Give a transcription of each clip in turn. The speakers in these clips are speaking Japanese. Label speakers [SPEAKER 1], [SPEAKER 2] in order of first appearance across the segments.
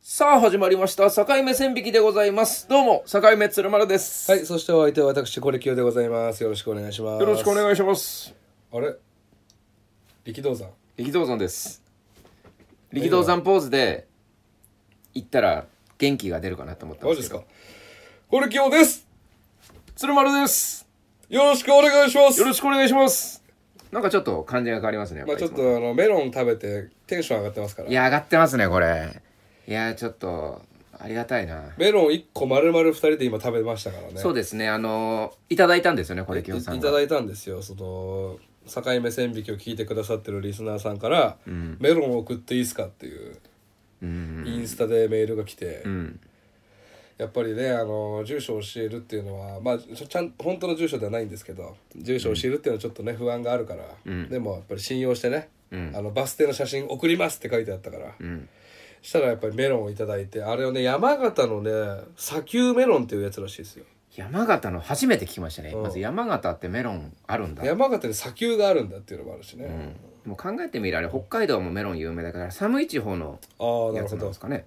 [SPEAKER 1] さあ、始まりました。境目線引きでございます。どうも、境目鶴丸です。
[SPEAKER 2] はい、そしてお相手は私、コレキヨでございます。よろしくお願いします。
[SPEAKER 1] よろしくお
[SPEAKER 2] い。
[SPEAKER 1] 願いします。
[SPEAKER 2] あれ力道山。
[SPEAKER 1] 力道山です。力道山ポーズで、行ったら元気が出るかなと思ったん
[SPEAKER 2] マ
[SPEAKER 1] で
[SPEAKER 2] ジ
[SPEAKER 1] す
[SPEAKER 2] で
[SPEAKER 1] け
[SPEAKER 2] す
[SPEAKER 1] ど。
[SPEAKER 2] かコレキヨです
[SPEAKER 1] 鶴丸です。
[SPEAKER 2] よろしくお願いします
[SPEAKER 1] よろしくお願いします。なんかちょっと感じが変わりますね。やっ
[SPEAKER 2] ま
[SPEAKER 1] ぱ
[SPEAKER 2] あ
[SPEAKER 1] り
[SPEAKER 2] ちょっとあの、メロン食べてテンション上がってますから
[SPEAKER 1] い。や、上がってますね、これ。いや、ちょっと、ありがたいな。
[SPEAKER 2] メロン1個丸々2人で今食べましたからね。
[SPEAKER 1] そうですね、あの、いただいたんですよね、これ、きよさ
[SPEAKER 2] い
[SPEAKER 1] ん
[SPEAKER 2] いた
[SPEAKER 1] が。
[SPEAKER 2] だいたんですよ。その、境目線引きを聞いてくださってるリスナーさんから、メロンを送っていいですかっていう、
[SPEAKER 1] うん。
[SPEAKER 2] インスタでメールが来て、
[SPEAKER 1] うん。
[SPEAKER 2] やっぱりねあの住所を教えるっていうのはまあちょちゃん本当の住所ではないんですけど住所を教えるっていうのはちょっとね不安があるから、でもやっぱり信用してね、あのバス停の写真送りますって書いてあったから、
[SPEAKER 1] ん
[SPEAKER 2] したらやっぱりメロンをいただいてあれをね山形のね砂丘メロンっていうやつらしいですよ
[SPEAKER 1] 山形の初めて聞きましたね。まず山形ってメロンあるんだ。
[SPEAKER 2] 山形に砂丘があるんだっていうのもあるしね、
[SPEAKER 1] もう考えてみるあれ北海道もメロン有名だから寒い地方の
[SPEAKER 2] ああな
[SPEAKER 1] や
[SPEAKER 2] る
[SPEAKER 1] つな
[SPEAKER 2] ほ
[SPEAKER 1] ん
[SPEAKER 2] ど
[SPEAKER 1] ですかね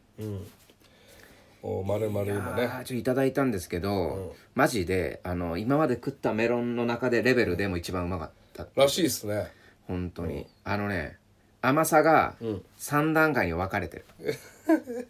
[SPEAKER 2] おまるまる今
[SPEAKER 1] あ
[SPEAKER 2] ね
[SPEAKER 1] ーちょっといただいたんですけど、マジであの今まで食ったメロンの中でレベルでも一番うまかった
[SPEAKER 2] らしいっすね
[SPEAKER 1] 本当に、あのね甘さが3段階に分かれてる、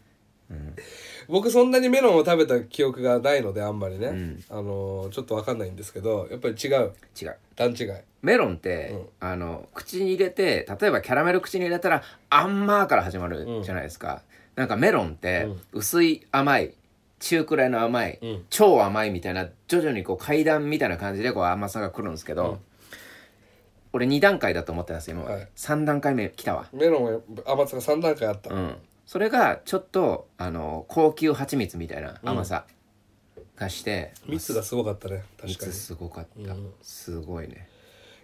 [SPEAKER 2] 僕そんなにメロンを食べた記憶がないのであんまりね、あのーちょっとわかんないんですけどやっぱり違う
[SPEAKER 1] 違う
[SPEAKER 2] 段違い
[SPEAKER 1] メロンって、あの口に入れて例えばキャラメル口に入れたら「あんまー」から始まるじゃないですか、なんかメロンって、薄い甘い中くらいの甘い、超甘いみたいな徐々にこう階段みたいな感じでこう甘さが来るんですけど、俺2段階だと思ってたんですよ今まで、
[SPEAKER 2] はい
[SPEAKER 1] 3段階目来たわ
[SPEAKER 2] メロンは甘さが3段階あった、
[SPEAKER 1] うんそれがちょっとあの高級蜂蜜みたいな甘さがして、
[SPEAKER 2] 蜜がすごかったね確か
[SPEAKER 1] 蜜
[SPEAKER 2] にい
[SPEAKER 1] すごかった、すごいね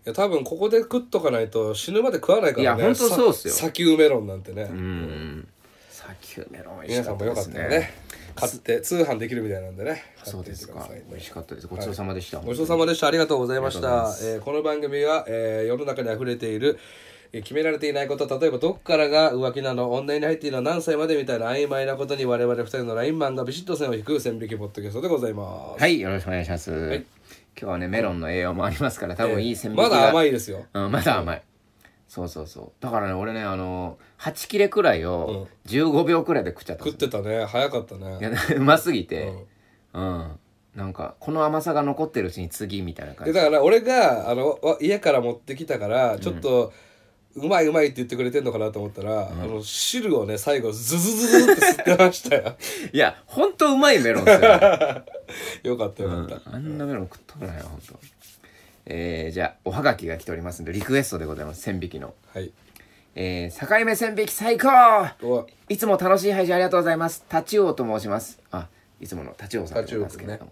[SPEAKER 2] や多分ここで食っとかないと死ぬまで食わないからね
[SPEAKER 1] いやほんとそうっすよ
[SPEAKER 2] さ砂丘メロンなんてね、
[SPEAKER 1] うん砂丘メロン美味しか
[SPEAKER 2] 皆さ
[SPEAKER 1] っ
[SPEAKER 2] ん
[SPEAKER 1] たで
[SPEAKER 2] もよかっ
[SPEAKER 1] す
[SPEAKER 2] た
[SPEAKER 1] ね
[SPEAKER 2] らね買って通販できるみたいなんでね
[SPEAKER 1] そうです
[SPEAKER 2] 買
[SPEAKER 1] か
[SPEAKER 2] って
[SPEAKER 1] 美
[SPEAKER 2] みてください
[SPEAKER 1] 味しかったですごちそうさまでした、
[SPEAKER 2] ごちそうさまでした。ありがとうございまし
[SPEAKER 1] ありがとう
[SPEAKER 2] た。えーこの番組は、えー世の中に溢れている、えー決められていないこと、例えばどっからが浮気なの、女に入っているのは何歳までみたいな曖昧なことに我々二人のラインマンがビシッと線を引く線引きポッドキャストでございます。
[SPEAKER 1] はいよろしくお願いします、今日はねメロンの栄養もありますから多分いい線引きが、
[SPEAKER 2] まだ甘
[SPEAKER 1] い、
[SPEAKER 2] いですよ。
[SPEAKER 1] うん、まだ甘いそうそうそうだからね俺ねあの8切れくらいを15秒くらいで食っちゃったん
[SPEAKER 2] 食
[SPEAKER 1] で
[SPEAKER 2] っ
[SPEAKER 1] す
[SPEAKER 2] てたね。早かったね。
[SPEAKER 1] よ、いやうますぎてうん、なんかこの甘さが残ってるうちに次みたいな感
[SPEAKER 2] で
[SPEAKER 1] じ
[SPEAKER 2] だから俺があのわ家から持ってきたからちょっと、うまいうまいって言ってくれてんのかなと思ったら、あの汁をね最後ズズズズって吸ってましたよ
[SPEAKER 1] いやほんとうまいメロンですよ
[SPEAKER 2] よかったよかった、
[SPEAKER 1] あんなメロン食ったことないよほんとえー、じゃあおはがきが来ておりますんでリクエストでございます線引きの
[SPEAKER 2] はい
[SPEAKER 1] えー、境目線引き最高
[SPEAKER 2] お
[SPEAKER 1] いつも楽しい配信ありがとうございます。タチウオと申します。あ、いつものタチウオさんでございますけれども。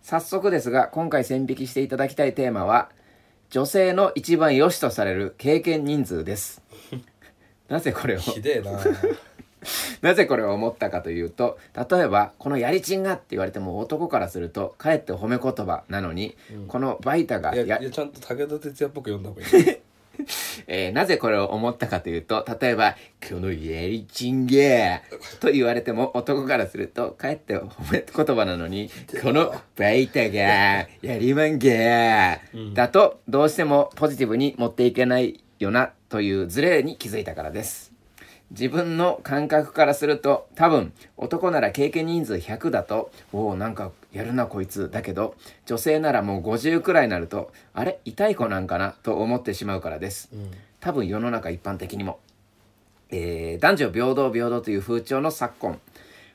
[SPEAKER 1] 早速ですが、今回線引きしていただきたいテーマは、女性の一番良しとされる経験人数です。 なぜこれ を、
[SPEAKER 2] ひでえな
[SPEAKER 1] なぜこれを思ったかというと、例えば、このやりちんがって言われても男からすると、かえって褒め言葉なのに、このバイタが
[SPEAKER 2] いや
[SPEAKER 1] や
[SPEAKER 2] いやちゃんと武田鉄矢っぽく読んだ方がい い
[SPEAKER 1] えーなぜこれを思ったかというと、例えば、このやりちんげーと言われても男からすると、かえって褒め言葉なのに、このバイタがやりまんげーだと、どうしてもポジティブに持っていけないよなというズレに気づいたからです。自分の感覚からすると多分男なら経験人数100だと「おおなんかやるなこいつ」だけど女性ならもう50くらいになると「あれ痛い子なんかな?」と思ってしまうからです、多分世の中一般的にも、えー男女平等平等という風潮の昨今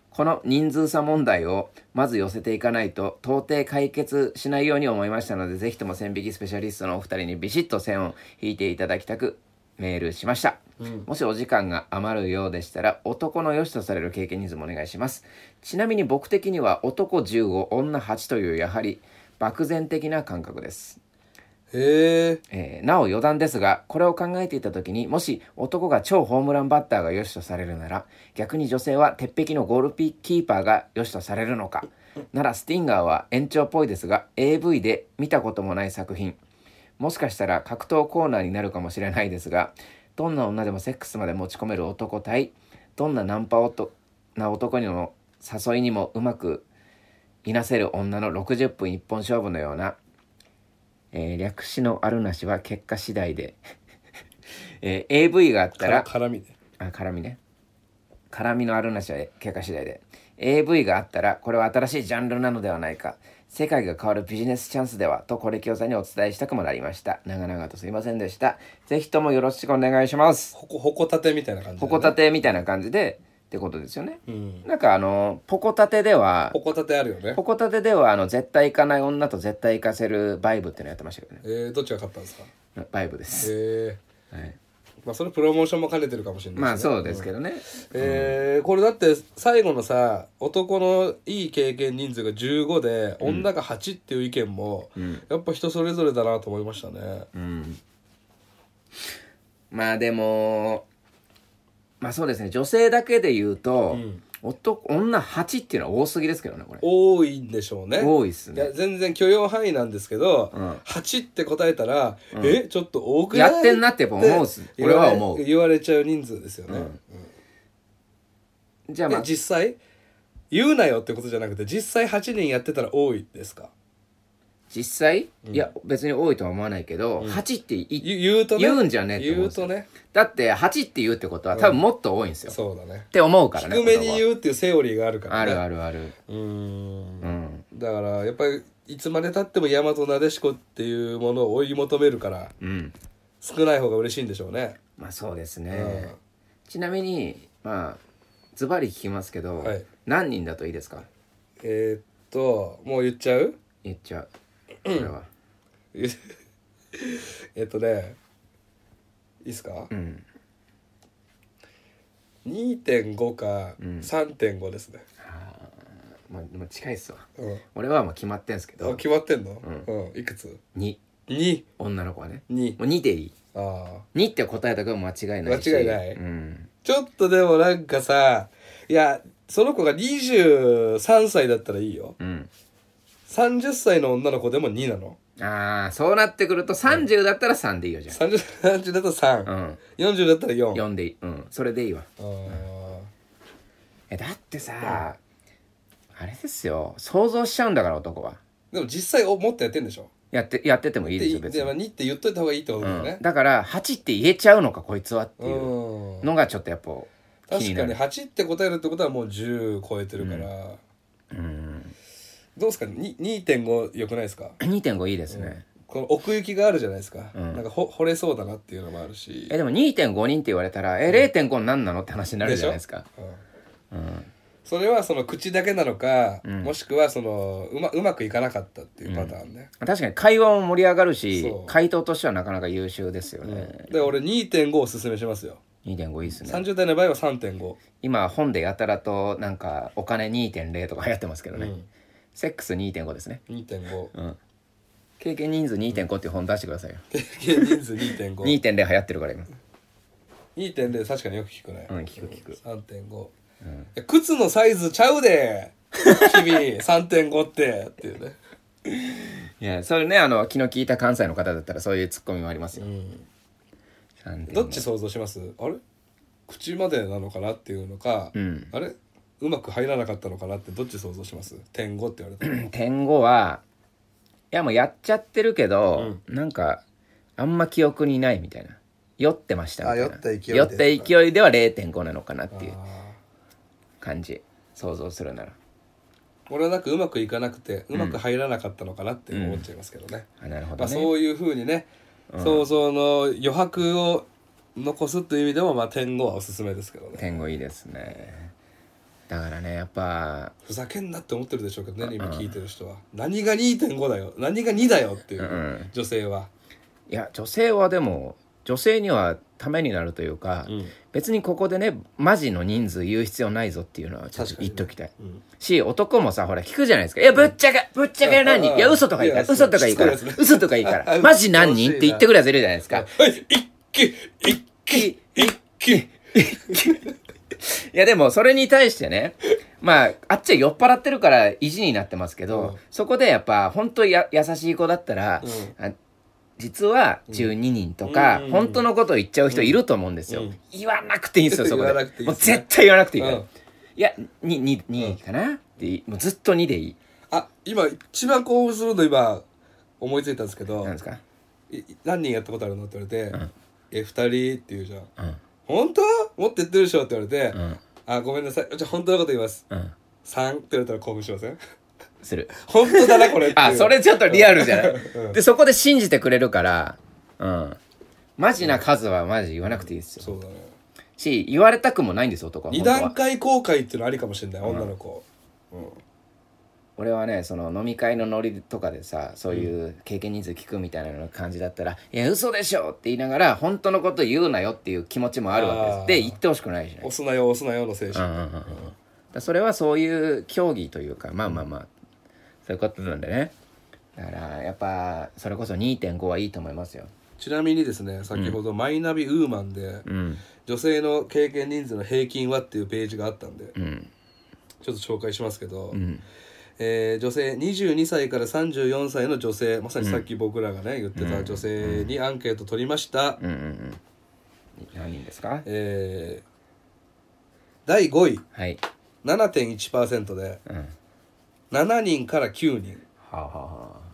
[SPEAKER 1] この人数差問題をまず寄せていかないと到底解決しないように思いましたのでぜひとも線引きスペシャリストのお二人にビシッと線を引いていただきたくメールしました、もしお時間が余るようでしたら男の良しとされる経験人数もお願いしますちなみに僕的には男15女8というやはり漠然的な感覚です
[SPEAKER 2] へ
[SPEAKER 1] え
[SPEAKER 2] え
[SPEAKER 1] ーなお余談ですがこれを考えていた時にもし男が超ホームランバッターが良しとされるなら逆に女性は鉄壁のゴールピキーパーが良しとされるのかならスティンガーは延長っぽいですが AV で見たこともない作品もしかしたら格闘コーナーになるかもしれないですがどんな女でもセックスまで持ち込める男対どんなナンパをとな男にも誘いにもうまくいなせる女の60分一本勝負のような、えー略しのあるなしは結果次第で、 えー AV があったら
[SPEAKER 2] 絡みで
[SPEAKER 1] あ絡みね絡みのあるなしは結果次第で AV があったらこれは新しいジャンルなのではないか世界が変わるビジネスチャンスではとこれ教材にお伝えしたくもなりました長々とすいませんでしたぜひともよろしくお願いします
[SPEAKER 2] ほこほこたてみたいな感じで
[SPEAKER 1] ポ
[SPEAKER 2] ね
[SPEAKER 1] コタテみたいな感じでってことですよね
[SPEAKER 2] うん
[SPEAKER 1] なんかあのポコタテでは
[SPEAKER 2] ほこたてあるよね
[SPEAKER 1] ポコタテではあの絶対行かない女と絶対行かせるバイブっていうのやってましたけどね
[SPEAKER 2] えー、どっちが勝ったんですか
[SPEAKER 1] バイブです、
[SPEAKER 2] え
[SPEAKER 1] はい、
[SPEAKER 2] ー、まあそれプロモーションも兼ねてるかもしれないしね
[SPEAKER 1] まあそうですけどね、
[SPEAKER 2] えーこれだって最後のさ男のいい経験人数が15で女が8っていう意見も、やっぱ人それぞれだなと思いましたね、
[SPEAKER 1] まあでもまあそうですね女性だけで言うと、男女8っていうのは多すぎですけどねこれ
[SPEAKER 2] 多いんでしょうね
[SPEAKER 1] 多いっすね
[SPEAKER 2] や全然許容範囲なんですけど、8って答えたら、えちょっと多くない
[SPEAKER 1] やってんなってやっぱ思うっす
[SPEAKER 2] 言われ
[SPEAKER 1] 俺は思う
[SPEAKER 2] 言われちゃう人数ですよね、
[SPEAKER 1] じゃあま
[SPEAKER 2] え
[SPEAKER 1] あ
[SPEAKER 2] 実際言うなよってことじゃなくて実際8人やってたら多いですか
[SPEAKER 1] 実際、いや別に多いとは思わないけど、8ってい
[SPEAKER 2] 言う言うとね
[SPEAKER 1] 言うんじゃねえって思
[SPEAKER 2] 言
[SPEAKER 1] うん
[SPEAKER 2] う
[SPEAKER 1] ですよ
[SPEAKER 2] とね
[SPEAKER 1] だって8って言うってことは多分もっと多いんですよ、っ
[SPEAKER 2] そうだね
[SPEAKER 1] て思うからね
[SPEAKER 2] 低めに
[SPEAKER 1] う
[SPEAKER 2] 言うっていうセオリーがあるから
[SPEAKER 1] あ
[SPEAKER 2] ね
[SPEAKER 1] るあるある
[SPEAKER 2] うーん
[SPEAKER 1] うん
[SPEAKER 2] だからやっぱりいつまでたっても大和なでしこっていうものを追い求めるから
[SPEAKER 1] うん
[SPEAKER 2] 少ない方が嬉しいんでしょうね
[SPEAKER 1] まあそうですね、
[SPEAKER 2] うん
[SPEAKER 1] ちなみにまあズバリ聞きますけど、
[SPEAKER 2] はい
[SPEAKER 1] 何人だといいですか
[SPEAKER 2] えーっともう言っちゃう
[SPEAKER 1] 言っちゃうこれは
[SPEAKER 2] 言うえっとねいいっすか、
[SPEAKER 1] ん
[SPEAKER 2] 2.5か3.5ですね、
[SPEAKER 1] まあでも近いっすわ
[SPEAKER 2] うん
[SPEAKER 1] 俺はもう決まってんすけ
[SPEAKER 2] あ
[SPEAKER 1] ど
[SPEAKER 2] 決まってんの、うんいくつ
[SPEAKER 1] 2
[SPEAKER 2] ?2
[SPEAKER 1] 女の子はね
[SPEAKER 2] 2
[SPEAKER 1] もう2でいい
[SPEAKER 2] ああ
[SPEAKER 1] 2って答えたから間違いないし
[SPEAKER 2] 間違いない
[SPEAKER 1] うん、
[SPEAKER 2] ちょっとでもなんかさいやその子が23歳だったらいいよ、
[SPEAKER 1] うん、
[SPEAKER 2] 30歳の女の子でも2なの
[SPEAKER 1] ああそうなってくると30だったら3でいいよじゃ
[SPEAKER 2] 30, 30だったら3、
[SPEAKER 1] あうん
[SPEAKER 2] 40だったら4
[SPEAKER 1] 4でいいうんそれでいいわ
[SPEAKER 2] あー
[SPEAKER 1] えだってさあれですよ想像しちゃうんだから男は
[SPEAKER 2] でも実際おもっとやってんでしょ
[SPEAKER 1] やってやっててもいいですよ
[SPEAKER 2] で
[SPEAKER 1] 別に
[SPEAKER 2] でまあ2って言っといた方がいいってことだよね
[SPEAKER 1] うん、だから8って言えちゃうのかこいつはって
[SPEAKER 2] う
[SPEAKER 1] いうんのがちょっとやっぱ気に
[SPEAKER 2] 確
[SPEAKER 1] な
[SPEAKER 2] か
[SPEAKER 1] る
[SPEAKER 2] に8って答えるってことはもう10超えてるから、どうですかに2.5よくないですか
[SPEAKER 1] 2.5いいですね、
[SPEAKER 2] この奥行きがあるじゃないですか、なんかほ惚れそうだなっていうのもあるし
[SPEAKER 1] えでも2.5人って言われたらえ0.5何なのって話になるじゃないですか
[SPEAKER 2] それはその口だけなのか、もしくはそのうまうまくいかなかったっていうパターンね、
[SPEAKER 1] 確かに会話も盛り上がるし
[SPEAKER 2] そう
[SPEAKER 1] 回答としてはなかなか優秀ですよね、
[SPEAKER 2] で俺2.5おすすめしますよ
[SPEAKER 1] 2.5いいですね
[SPEAKER 2] 30代の場合は3.5
[SPEAKER 1] 今本でやたらとなんかお金2.0とか流行ってますけどね、セックス2.5ですね
[SPEAKER 2] 2.5
[SPEAKER 1] 経験人数2.5っていう本出してくださいよ、
[SPEAKER 2] 経験人数2.5
[SPEAKER 1] 2.0流行ってるから今
[SPEAKER 2] 2.0確かによく聞くね、
[SPEAKER 1] うん聞く聞く
[SPEAKER 2] 3.5、いや靴のサイズちゃうで君3.5ってっていうね
[SPEAKER 1] いやそれねあの昨日聞いた関西の方だったらそういうツッコミもありますよ、3.5
[SPEAKER 2] どっち想像しますあれ口までなのかなっていうのか、あれうまく入らなかったのかなってどっち想像します点5って言われたら
[SPEAKER 1] 点5はいやもうやっちゃってるけど、なんかあんま記憶にないみたいな酔ってましたみたいな
[SPEAKER 2] あ酔った勢いで
[SPEAKER 1] 酔った勢いでは0.5なのかなっていう感じ想像するなら
[SPEAKER 2] 俺はなんかうまくいかなくてうまく入らなかったのかなって思っちゃいますけどね、
[SPEAKER 1] あなるほ
[SPEAKER 2] ま
[SPEAKER 1] ど
[SPEAKER 2] あ、
[SPEAKER 1] ね
[SPEAKER 2] そういうふうにね、想像の余白を残すという意味でも、まあ、点5はおすすめですけどね
[SPEAKER 1] 点5いいですねだからねやっぱ
[SPEAKER 2] ふざけんなって思ってるでしょうけどね今聞いてる人は、何が2.5だよ何が2だよっていう、女性はい
[SPEAKER 1] や女性はでも女性にはためになるというか、別にここでねマジの人数言う必要ないぞっていうのはちょっと言っときたい、し男もさほら聞くじゃないですか「いやぶっちゃけぶっちゃけ何
[SPEAKER 2] うん
[SPEAKER 1] 人いや嘘とかいいから
[SPEAKER 2] いや
[SPEAKER 1] 嘘とかいいから
[SPEAKER 2] しつこいやつね
[SPEAKER 1] 嘘とかいいか
[SPEAKER 2] あ
[SPEAKER 1] らマジ何人?」
[SPEAKER 2] う
[SPEAKER 1] っ
[SPEAKER 2] っとうしいな
[SPEAKER 1] て言ってくるやついるじゃないですか
[SPEAKER 2] はい一気一気一気
[SPEAKER 1] いやでもそれに対してねまああっちは酔っ払ってるから意地になってますけど、そこでやっぱ本当や優しい子だったら、あ実は12人とか、
[SPEAKER 2] うん
[SPEAKER 1] 本当のことを言っちゃう人いると思うんですよ、
[SPEAKER 2] うん
[SPEAKER 1] 言わなくていいんですよそこで
[SPEAKER 2] 言わなくていい
[SPEAKER 1] も
[SPEAKER 2] っ
[SPEAKER 1] う
[SPEAKER 2] すね
[SPEAKER 1] 絶対言わなくていいから、
[SPEAKER 2] うん
[SPEAKER 1] いやにににかなっていいもうずっと2でいい
[SPEAKER 2] あ今一番興奮するの今思いついたんですけど
[SPEAKER 1] なんですか
[SPEAKER 2] い何人やったことあるのって言われて「
[SPEAKER 1] ん
[SPEAKER 2] え2人」って言うじゃん
[SPEAKER 1] うん
[SPEAKER 2] 「本当もっと言ってるでしょ」って言われて「
[SPEAKER 1] うん
[SPEAKER 2] あごめんなさいじゃあ本当のこと言います
[SPEAKER 1] うん」
[SPEAKER 2] 3って言われたら興奮しません
[SPEAKER 1] する
[SPEAKER 2] 本当だなこれっていう
[SPEAKER 1] あそれちょっとリアルじゃない、でそこで信じてくれるからうんマジな数はマジ言わなくていいですよ
[SPEAKER 2] そうだね
[SPEAKER 1] し言われたくもないんです男は
[SPEAKER 2] 二
[SPEAKER 1] 本当は
[SPEAKER 2] 段階公開っていうのありかもしれない女の子うん
[SPEAKER 1] 俺はねその飲み会のノリとかでさそういう経験人数聞くみたいなの感じだったら「いや嘘でしょ!」って言いながら本当のこと言うなよっていう気持ちもあるわけですで言ってほしくないじゃない
[SPEAKER 2] 押すなよ押すなよの精
[SPEAKER 1] うん
[SPEAKER 2] 神
[SPEAKER 1] うんうんうんだからそれはそういう競技というかまあまあまあそういうことなんでねだからやっぱそれこそ2.5はいいと思いますよ
[SPEAKER 2] ちなみにですね先ほどマイナビウーマンで
[SPEAKER 1] うん
[SPEAKER 2] 女性の経験人数の平均はっていうページがあったんで
[SPEAKER 1] うん
[SPEAKER 2] ちょっと紹介しますけど、
[SPEAKER 1] ん
[SPEAKER 2] えー女性22歳から34歳の女性まさにさっき僕らがね言ってた女性にアンケート取りました、
[SPEAKER 1] うんうんうん何人ですか
[SPEAKER 2] えー第5位
[SPEAKER 1] はい
[SPEAKER 2] 7.1%で
[SPEAKER 1] うんは
[SPEAKER 2] 7人から9人
[SPEAKER 1] あはあは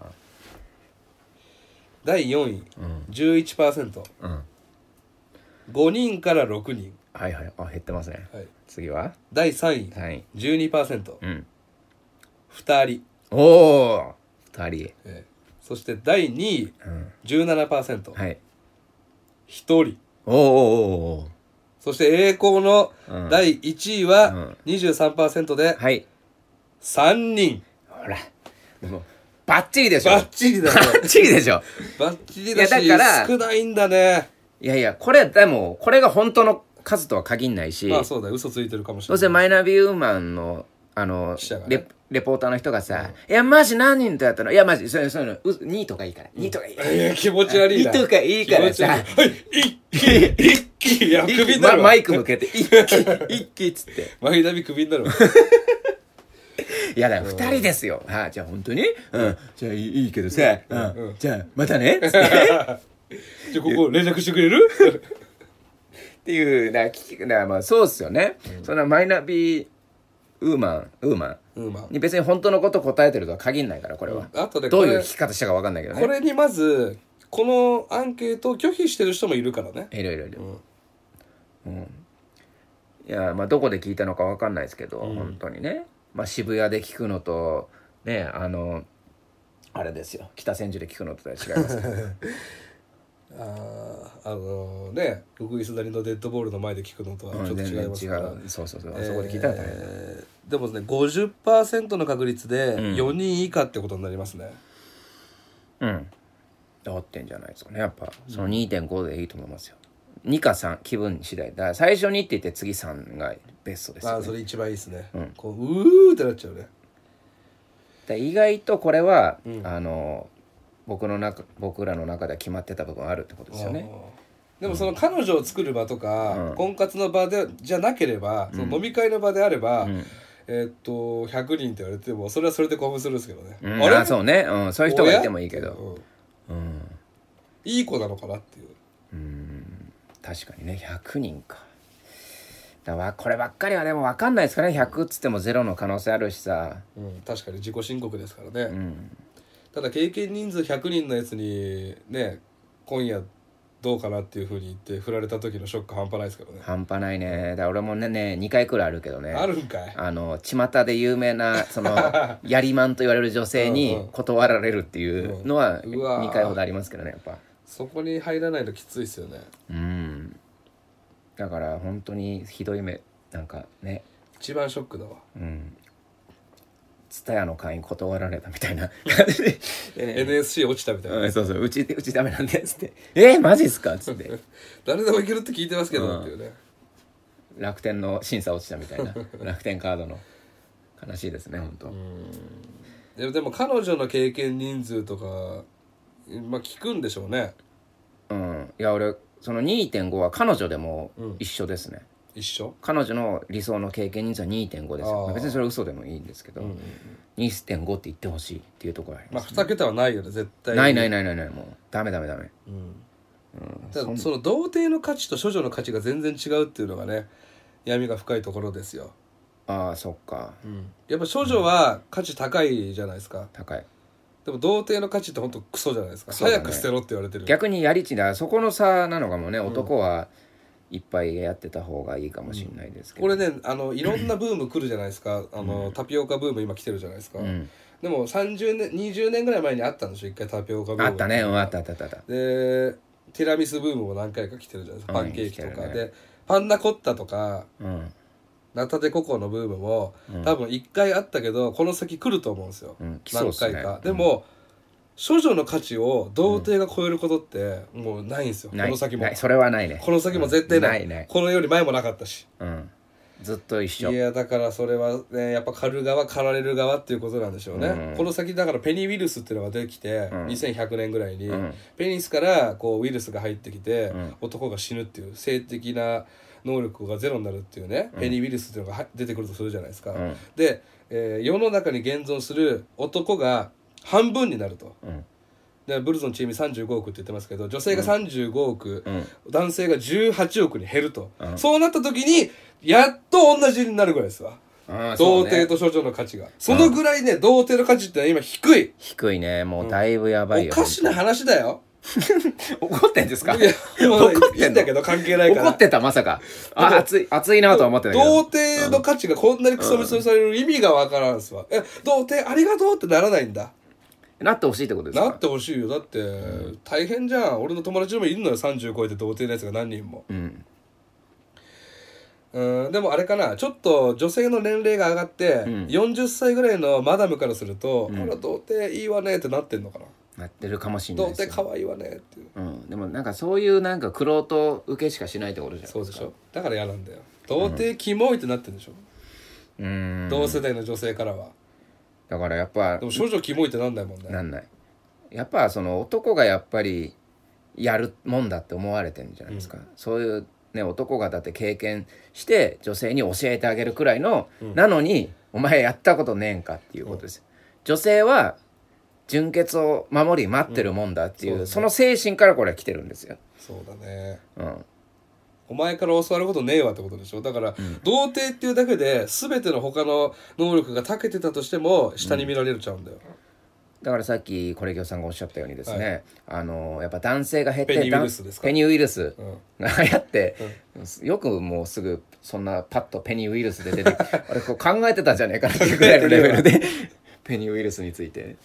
[SPEAKER 1] あは
[SPEAKER 2] 第4位
[SPEAKER 1] あうん
[SPEAKER 2] 11%5
[SPEAKER 1] うん
[SPEAKER 2] 人から6人、
[SPEAKER 1] はいはいあ減ってますね
[SPEAKER 2] はい、
[SPEAKER 1] 次は
[SPEAKER 2] 第3位
[SPEAKER 1] はい
[SPEAKER 2] 12%、
[SPEAKER 1] うん
[SPEAKER 2] 2人、
[SPEAKER 1] おお2人
[SPEAKER 2] えーそして第2位
[SPEAKER 1] うん
[SPEAKER 2] 17%、
[SPEAKER 1] はい
[SPEAKER 2] 1人
[SPEAKER 1] おーおーおーお
[SPEAKER 2] そして栄光の
[SPEAKER 1] うん
[SPEAKER 2] 第1位は23%で
[SPEAKER 1] ーはい
[SPEAKER 2] 3人。
[SPEAKER 1] ほらもうバッチリでしょ
[SPEAKER 2] バッチリだね。
[SPEAKER 1] バ ッチリでしょ
[SPEAKER 2] バッチリだし、
[SPEAKER 1] いやだから
[SPEAKER 2] 少ないんだね。
[SPEAKER 1] いやいやこれでもこれが本当の数とは限んないし、
[SPEAKER 2] まあそうだよ、嘘ついてるかもし
[SPEAKER 1] どう
[SPEAKER 2] れな
[SPEAKER 1] せ
[SPEAKER 2] い。
[SPEAKER 1] マイナビウーマンのあの
[SPEAKER 2] 記者がね
[SPEAKER 1] レレポーターの人がさ「いやマジ何人とやったのいやマジそういうそういうのう2とかいいから2とかいいから」
[SPEAKER 2] いや、気持ち悪いな。
[SPEAKER 1] 糸がいいからさ
[SPEAKER 2] 気持ち悪いは い、一気、一気、いや、クビにな
[SPEAKER 1] ま
[SPEAKER 2] るわ。
[SPEAKER 1] マイク向けて「一気一気」っつって
[SPEAKER 2] マイナビクビに なるわ。
[SPEAKER 1] いやだよ、二人ですよ。はい、じゃあ本当にうん。じゃあいいいいけどさ、うん。じゃあまたね。つって
[SPEAKER 2] じゃあ、ここ連絡してくれる
[SPEAKER 1] っていう、な、聞き、な、まあそうっすよね。そんなマイナビウーマン、ウーマ
[SPEAKER 2] う
[SPEAKER 1] ン
[SPEAKER 2] ん、ま
[SPEAKER 1] に別に本当のこと答えてるとは限んないから、これは。
[SPEAKER 2] あ。あとで
[SPEAKER 1] ど
[SPEAKER 2] こ
[SPEAKER 1] ういう
[SPEAKER 2] れ
[SPEAKER 1] 聞、き方したかわかんないけど
[SPEAKER 2] こ
[SPEAKER 1] ね。
[SPEAKER 2] れにまず、このアンケートを拒否してる人もいるからね。
[SPEAKER 1] いろいろいろ。
[SPEAKER 2] うん
[SPEAKER 1] いや、まあどこで聞いたのかわかんないですけど、本当にね。まあ渋谷で聞くのと、ね、あの、あれですよ。北千住で聞くのとは違いますけど。
[SPEAKER 2] あーあのね、ウグイスダニのデッドボールの前で聞くのとは ちょっと違いますから、
[SPEAKER 1] 全然違う。そうそうそう。あそこで聞いたら大変だ。
[SPEAKER 2] えーでもね50%の確率で4人以下ってことになりますね、
[SPEAKER 1] うん。合ってんじゃないですかね。やっぱ、その2.5でいいと思いますよ。2か3、気分次第。だから最初にって言って次3がベストです
[SPEAKER 2] ま
[SPEAKER 1] よ
[SPEAKER 2] あ
[SPEAKER 1] ね。
[SPEAKER 2] それ一番いいですね、
[SPEAKER 1] ん
[SPEAKER 2] こううーってなっちゃうね
[SPEAKER 1] だから意外とこれは、あの、僕の中、僕らの中では決まってた部分あるってことですよね。
[SPEAKER 2] でもその彼女を作る場とか、婚活の場でじゃなければ、その飲み会の場であれば、えーっと100人って言われてもそれはそれで興奮するんですけどね、
[SPEAKER 1] うん、
[SPEAKER 2] あれ
[SPEAKER 1] あそうね、うん。そういう人がいてもいいけど。
[SPEAKER 2] うん
[SPEAKER 1] うん。
[SPEAKER 2] いい子なのかなっていう
[SPEAKER 1] うん。確かにね、100人か。だからわこればっかりはでも分かんないですかね100っつってもゼロの可能性あるしさ
[SPEAKER 2] うん、確かに自己申告ですから
[SPEAKER 1] う
[SPEAKER 2] ね、
[SPEAKER 1] ん
[SPEAKER 2] ただ経験人数100人のやつにね今夜どうかなっていうふうに言って振られた時のショック半端ないですけどね、
[SPEAKER 1] 半端ないねだから俺もねね2回くらいあるけどね
[SPEAKER 2] あるんかい
[SPEAKER 1] あの巷で有名なそ のやりまんと言われる女性
[SPEAKER 2] うんう
[SPEAKER 1] に
[SPEAKER 2] ん
[SPEAKER 1] 断られるっていうのは
[SPEAKER 2] うんうわー
[SPEAKER 1] 2回ほどありますけどねやっぱ
[SPEAKER 2] そこに入らないのきついですよね
[SPEAKER 1] うんだから本当にひどい目なんかね
[SPEAKER 2] 一番ショックだわ、
[SPEAKER 1] うん蔦屋の会員断られたみたい な感じででね
[SPEAKER 2] NSC 落ちたみたいな、
[SPEAKER 1] うんそうそううちうちダメなんでつって「えー、マジっすか?」っつって
[SPEAKER 2] 誰でもいけるって聞いてますけどっていうね、
[SPEAKER 1] 楽天の審査落ちたみたい な楽天カードの悲しいですね本当
[SPEAKER 2] でもでも彼女の経験人数とかまあ聞くんでしょうね
[SPEAKER 1] うんいや俺その2.5は彼女でも一緒ですね、
[SPEAKER 2] 一緒
[SPEAKER 1] 彼女の理想の経験人数は2.5ですよ
[SPEAKER 2] あー
[SPEAKER 1] まあ別にそれは嘘でもいいんですけど、2.5って言ってほしいっていうところがあり
[SPEAKER 2] ま
[SPEAKER 1] ま
[SPEAKER 2] あ
[SPEAKER 1] す、
[SPEAKER 2] 2桁はないよね絶対、
[SPEAKER 1] ないないいないないないもうダメダメダメ
[SPEAKER 2] うん、ただその童貞の価値と処女の価値が全然違うっていうのがね闇が深いところですよ
[SPEAKER 1] ああそっか
[SPEAKER 2] やっぱ処女は価値高いじゃないですか
[SPEAKER 1] 高い
[SPEAKER 2] でも童貞の価値って本当クソじゃないですか、
[SPEAKER 1] そうだね
[SPEAKER 2] 早く捨てろって言われてる
[SPEAKER 1] 逆にやりちんだそこの差なのかもね男はいっぱいやってた方がいいかもしれないですけど、
[SPEAKER 2] これねあのいろんなブーム来るじゃないですかあの、タピオカブーム今来てるじゃないですか、
[SPEAKER 1] ん
[SPEAKER 2] でも30年20年ぐらい前にあったんでしょ一回タピオカブーム
[SPEAKER 1] あったねうんあったあったあったあった
[SPEAKER 2] でティラミスブームも何回か来てるじゃないですか
[SPEAKER 1] う
[SPEAKER 2] パ
[SPEAKER 1] ん
[SPEAKER 2] ンケーキと
[SPEAKER 1] 来て
[SPEAKER 2] か、
[SPEAKER 1] るね
[SPEAKER 2] でパンナコッタとか
[SPEAKER 1] うん
[SPEAKER 2] ナタデココのブームも、多分一回あったけどこの先来ると思うんですよ、
[SPEAKER 1] うん来そうっ
[SPEAKER 2] 何
[SPEAKER 1] すね
[SPEAKER 2] 回か、でも、処女の価値を童貞が超えることってもうないんですよ、
[SPEAKER 1] ない
[SPEAKER 2] この先も
[SPEAKER 1] ないそれはないね
[SPEAKER 2] この先も絶対ない,、
[SPEAKER 1] うんないない
[SPEAKER 2] このより前もなかったし
[SPEAKER 1] うんずっと一
[SPEAKER 2] い
[SPEAKER 1] 緒
[SPEAKER 2] やだからそれはねやっぱ狩る側狩られる側っていうことなんでしょうね、この先だからペニーウイルスっていうのができて、2100年ぐらいに、ペニスからこうウイルスが入ってきて、男が死ぬっていう性的な能力がゼロになるっていうね、ペニーウイルスっていうのがは出てくるとするじゃないですか、
[SPEAKER 1] ん
[SPEAKER 2] で、えー世の中に現存する男が半分になると。
[SPEAKER 1] うん
[SPEAKER 2] でブルゾンチーム35億って言ってますけど女性が35億、男性が18億に減ると、そうなった時にやっと同じになるぐらいですわ、
[SPEAKER 1] ああそう
[SPEAKER 2] 童
[SPEAKER 1] ね
[SPEAKER 2] 貞と処女の価値がそのぐらいね、童貞の価値ってのは今低い
[SPEAKER 1] 低いねもうだいぶやばい
[SPEAKER 2] お
[SPEAKER 1] よ
[SPEAKER 2] かしな話だよ
[SPEAKER 1] 怒ってんですか
[SPEAKER 2] いやもう
[SPEAKER 1] 怒っ
[SPEAKER 2] いい
[SPEAKER 1] て
[SPEAKER 2] ん
[SPEAKER 1] ん
[SPEAKER 2] だ
[SPEAKER 1] の
[SPEAKER 2] けど関係ないから
[SPEAKER 1] 怒ってたまさかあ熱い熱いなとは思ってたけ
[SPEAKER 2] 童
[SPEAKER 1] ど
[SPEAKER 2] 貞の価値がこんなにクソみそにされる意味がわからんすわ、え童貞ありがとうってならないんだ
[SPEAKER 1] なってほしいってことです
[SPEAKER 2] な
[SPEAKER 1] か
[SPEAKER 2] ってほしいよだって、大変じゃん俺の友達でもいるのよ30超えて童貞のやつが何人も
[SPEAKER 1] うん
[SPEAKER 2] うんでもあれかなちょっと女性の年齢が上がって、40歳ぐらいのマダムからすると「ほ、ら童貞いいわね」ってなってんのかな
[SPEAKER 1] なってるかもしれ
[SPEAKER 2] 「
[SPEAKER 1] ない
[SPEAKER 2] 童
[SPEAKER 1] です
[SPEAKER 2] 貞
[SPEAKER 1] よ
[SPEAKER 2] 可愛いわね」っていう
[SPEAKER 1] うんでもなんかそういうなんか玄人受けしかしないってことじゃん
[SPEAKER 2] そうでしょだから嫌なんだよ童貞キモいってなってんでしょ、
[SPEAKER 1] うーん
[SPEAKER 2] 同世代の女性からは
[SPEAKER 1] だからやっぱ
[SPEAKER 2] でも少女キモいってなんだもんね
[SPEAKER 1] なんないやっぱその男がやっぱりやるもんだって思われてるんじゃないですか、そういうね男がだって経験して女性に教えてあげるくらいの、なのにお前やったことねえんかっていうことです、女性は純潔を守り待ってるもんだっていう,、その精神からこれは来てるんですよ、
[SPEAKER 2] そうだね
[SPEAKER 1] うん、
[SPEAKER 2] お前から教わることねえわってことでしょだから、童貞っていうだけで全ての他の能力が長けてたとしても下に見られちゃうんだよ、
[SPEAKER 1] だからさっきコレキョさんがおっしゃったようにですね、あのやっぱ男性が減って
[SPEAKER 2] ペニウイルスですか
[SPEAKER 1] ペニウイルスが流行って、よくもうすぐそんなパッとペニウイルスで出て俺こう考えてたんじゃねえかなっていうぐらいのレベルでペニウイルスについて